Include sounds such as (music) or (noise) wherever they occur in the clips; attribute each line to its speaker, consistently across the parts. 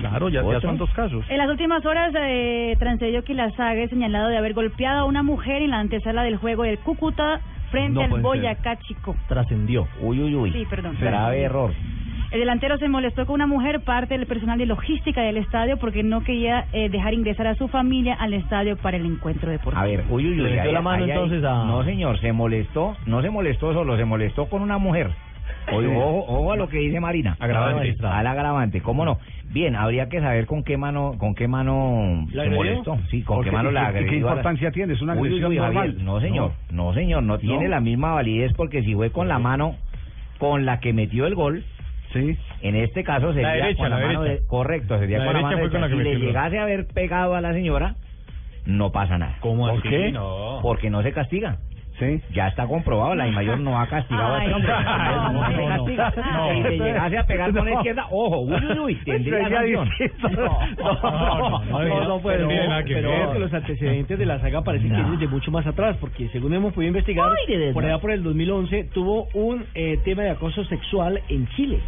Speaker 1: Claro, ya, ya
Speaker 2: ¿Otra?
Speaker 1: son dos casos.
Speaker 3: En las últimas horas, eh, Transello Quilazaga es señalado de haber golpeado a una mujer en la antesala del juego del Cúcuta frente
Speaker 1: No
Speaker 3: al
Speaker 1: puede ser.
Speaker 3: Boyacá Chico.
Speaker 2: Trascendió.
Speaker 4: Uy, uy, uy.
Speaker 3: Sí, perdón.
Speaker 4: Grave error.
Speaker 3: El delantero se molestó con una mujer, parte del personal de logística del estadio, porque no quería eh, dejar ingresar a su familia al estadio para el encuentro deportivo.
Speaker 4: A ver, uy, uy,
Speaker 2: Le
Speaker 4: uy.
Speaker 2: metió
Speaker 4: ahí-
Speaker 2: la mano
Speaker 4: ahí- ahí-
Speaker 2: entonces a-
Speaker 4: No, señor, se molestó, no se molestó solo, se molestó con una mujer. Oye, ojo, ojo a lo que dice Marina.
Speaker 1: Agravante.
Speaker 4: Al agravante, ¿cómo no? Bien, habría que saber con qué mano, con qué mano
Speaker 2: ¿La
Speaker 4: se
Speaker 2: agredió?
Speaker 4: molestó. Sí, con
Speaker 5: Porque-
Speaker 4: qué mano
Speaker 5: ¿y
Speaker 4: la
Speaker 5: qué- y qué
Speaker 4: agredió. a la-
Speaker 5: importancia tiene? Es una
Speaker 4: Uy, uy,
Speaker 5: agresión
Speaker 4: uy, Javier,
Speaker 5: normal.
Speaker 4: No, señor, no, señor, no tiene la misma validez porque si fue con la mano con la que metió el gol,
Speaker 5: Sí.
Speaker 4: en este caso sería
Speaker 1: derecha,
Speaker 4: con la,
Speaker 1: la
Speaker 4: mano
Speaker 1: derecha.
Speaker 4: de- correcto, sería
Speaker 1: La
Speaker 4: con la
Speaker 1: derecha
Speaker 4: mano
Speaker 1: fue
Speaker 4: derecha.
Speaker 1: con la que
Speaker 4: si
Speaker 1: metió
Speaker 4: le
Speaker 1: el gol.
Speaker 4: llegase a haber pegado a la señora, no pasa nada.
Speaker 1: ¿Cómo
Speaker 5: ¿Por
Speaker 1: así?
Speaker 5: qué?
Speaker 1: No.
Speaker 4: Porque no se castiga.
Speaker 5: Sí.
Speaker 4: Ya está comprobado, la I mayor no ha castigado a
Speaker 3: Ay,
Speaker 4: este hombre.
Speaker 3: no, no,
Speaker 4: No, se
Speaker 3: no. Ah.
Speaker 4: castiga.
Speaker 3: No.
Speaker 4: Si le llegase a pegar con la izquierda, ojo, uy, (laughs) uy,
Speaker 6: (laughs)
Speaker 4: uy, tendría
Speaker 5: Sería
Speaker 4: sanción.
Speaker 5: distinto.
Speaker 1: no, no, no, no puede
Speaker 6: pero,
Speaker 1: ser. tiene nada que
Speaker 6: pero
Speaker 1: ver.
Speaker 6: creo que los antecedentes de la saga parecen que
Speaker 4: No.
Speaker 6: vienen de mucho más atrás, porque según hemos podido investigar,
Speaker 4: Ay, de verdad.
Speaker 6: por allá por el 2011 tuvo un eh, tema de acoso sexual en Chile.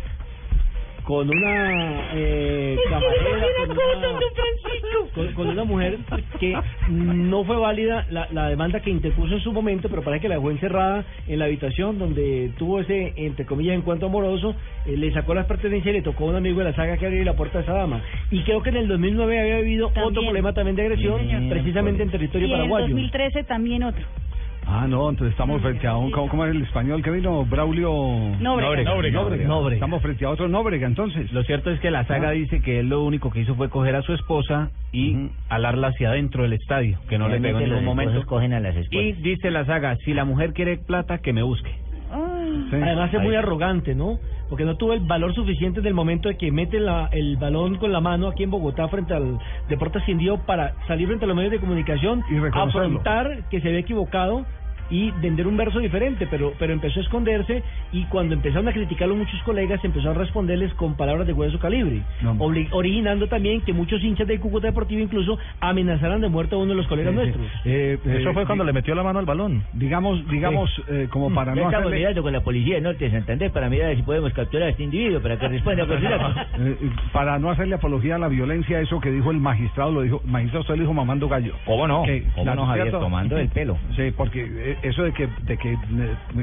Speaker 6: Con una eh, camarera, con una, con, con una mujer que no fue válida la, la demanda que interpuso en su momento, pero parece que la dejó encerrada en la habitación donde tuvo ese, entre comillas, encuentro amoroso, eh, le sacó las pertenencias y le tocó a un amigo de la saga que abrió la puerta a esa dama. Y creo que en el 2009 había habido otro
Speaker 3: También.
Speaker 6: problema también de agresión,
Speaker 4: Sí, señor.
Speaker 6: precisamente en territorio
Speaker 3: y en el
Speaker 6: paraguayo.
Speaker 3: 2013 también otro.
Speaker 5: Ah, no, entonces estamos frente a un. ¿Cómo, cómo era el español que vino? Braulio.
Speaker 3: Nóbrega.
Speaker 1: Nóbrega. Nóbrega.
Speaker 2: Nóbrega.
Speaker 5: Estamos frente a otro Nóbrega, entonces.
Speaker 2: Lo cierto es que la saga
Speaker 5: Ah.
Speaker 2: dice que él lo único que hizo fue coger a su esposa y
Speaker 5: Ujú.
Speaker 2: alarla hacia adentro del estadio, que no le pegó en ningún
Speaker 4: Realmente los esposos
Speaker 2: momento.
Speaker 4: cogen a las
Speaker 2: Y
Speaker 4: escuelas.
Speaker 2: dice la saga, si la mujer quiere plata, que me busque.
Speaker 3: Ay.
Speaker 5: Sí.
Speaker 6: Además es
Speaker 4: Ahí.
Speaker 6: muy arrogante, ¿no? Porque no tuvo el valor suficiente del momento de que mete la- el balón con la mano aquí en Bogotá frente al Deportes Quindío para salir frente a los medios de comunicación,
Speaker 5: Y reconocerlo.
Speaker 6: afrontar que se había equivocado y vender un verso diferente, pero pero empezó a esconderse y cuando empezaron a criticarlo muchos colegas empezaron a responderles con palabras de hueso calibre,
Speaker 5: No.
Speaker 6: obli- originando también que muchos hinchas del Cúcuta Deportivo incluso amenazaran de muerte a uno de los colegas
Speaker 5: Sí, sí.
Speaker 6: nuestros.
Speaker 5: Eh, eh,
Speaker 1: Eso fue cuando le metió la mano al balón.
Speaker 5: Digamos, digamos, eh, como para
Speaker 4: Ya
Speaker 5: no
Speaker 4: estamos
Speaker 5: hacerle.
Speaker 4: mirando pues, con la policía del norte de Santander para mirar si podemos capturar a este individuo para que responda por su lado.
Speaker 5: (laughs) eh, para no hacerle apología a la violencia, eso que dijo el magistrado, lo dijo, magistrado, usted lo dijo mamando gallo.
Speaker 4: ¿Cómo no?
Speaker 5: Que
Speaker 4: ¿Cómo
Speaker 5: la-
Speaker 4: no, Javier?
Speaker 5: ¿cierto?
Speaker 4: Tomando el pelo.
Speaker 5: Sí, porque eh, eso de que, de que eh,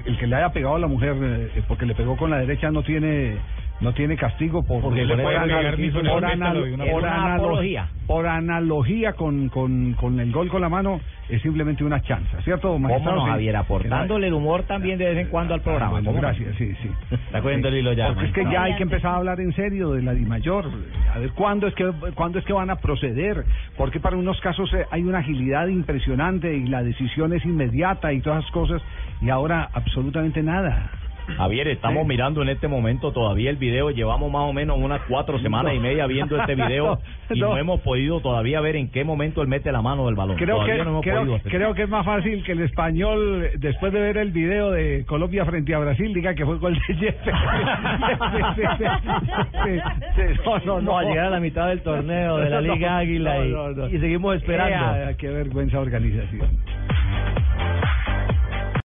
Speaker 5: el que le haya pegado a la mujer eh, porque le pegó con la derecha no tiene no tiene castigo por
Speaker 1: Porque
Speaker 5: por
Speaker 1: le puede
Speaker 5: anal-
Speaker 1: pegar ni con el
Speaker 5: por
Speaker 1: pétalo
Speaker 5: anal-
Speaker 1: de una
Speaker 5: por
Speaker 4: pelota.
Speaker 5: analo-
Speaker 4: Apología.
Speaker 5: por analogía con, con, con el gol con la mano es simplemente una chanza, ¿cierto?
Speaker 4: ¿Cómo
Speaker 5: magistrado?
Speaker 4: no,
Speaker 5: Sí.
Speaker 4: Javier? Aportándole el humor también de vez en cuando al
Speaker 5: Ah,
Speaker 4: programa.
Speaker 5: bueno,
Speaker 4: ¿cómo no?
Speaker 5: gracias, sí, sí.
Speaker 4: Está cogiendo el hilo ya,
Speaker 5: Porque es que
Speaker 4: magistrado.
Speaker 5: ya hay que empezar a hablar en serio de la DIMAYOR. A ver, ¿cuándo es que cuándo es que van a proceder? Porque para unos casos eh, hay una agilidad impresionante y la decisión es inmediata y todas esas cosas. Y ahora absolutamente nada.
Speaker 4: Javier, estamos
Speaker 5: Sí.
Speaker 4: mirando en este momento todavía el video. Llevamos más o menos unas cuatro semanas y
Speaker 5: No.
Speaker 4: media viendo
Speaker 5: (laughs)
Speaker 4: este video
Speaker 5: No,
Speaker 4: y no.
Speaker 5: no.
Speaker 4: hemos podido todavía ver en qué momento él mete la mano del balón.
Speaker 5: Creo
Speaker 4: Todavía
Speaker 5: que,
Speaker 4: no hemos podido
Speaker 5: creo,
Speaker 4: hacer.
Speaker 5: creo que es más fácil que el español, después de ver el video de Colombia frente a Brasil, diga que fue gol de (laughs)
Speaker 4: (laughs)
Speaker 5: Jefe. (laughs) No, no,
Speaker 2: Vamos a
Speaker 5: no.
Speaker 2: llegar a la mitad del torneo de la
Speaker 5: (laughs) No,
Speaker 2: Liga Águila y,
Speaker 5: no, no.
Speaker 2: y seguimos esperando.
Speaker 5: Ea, qué vergüenza organización.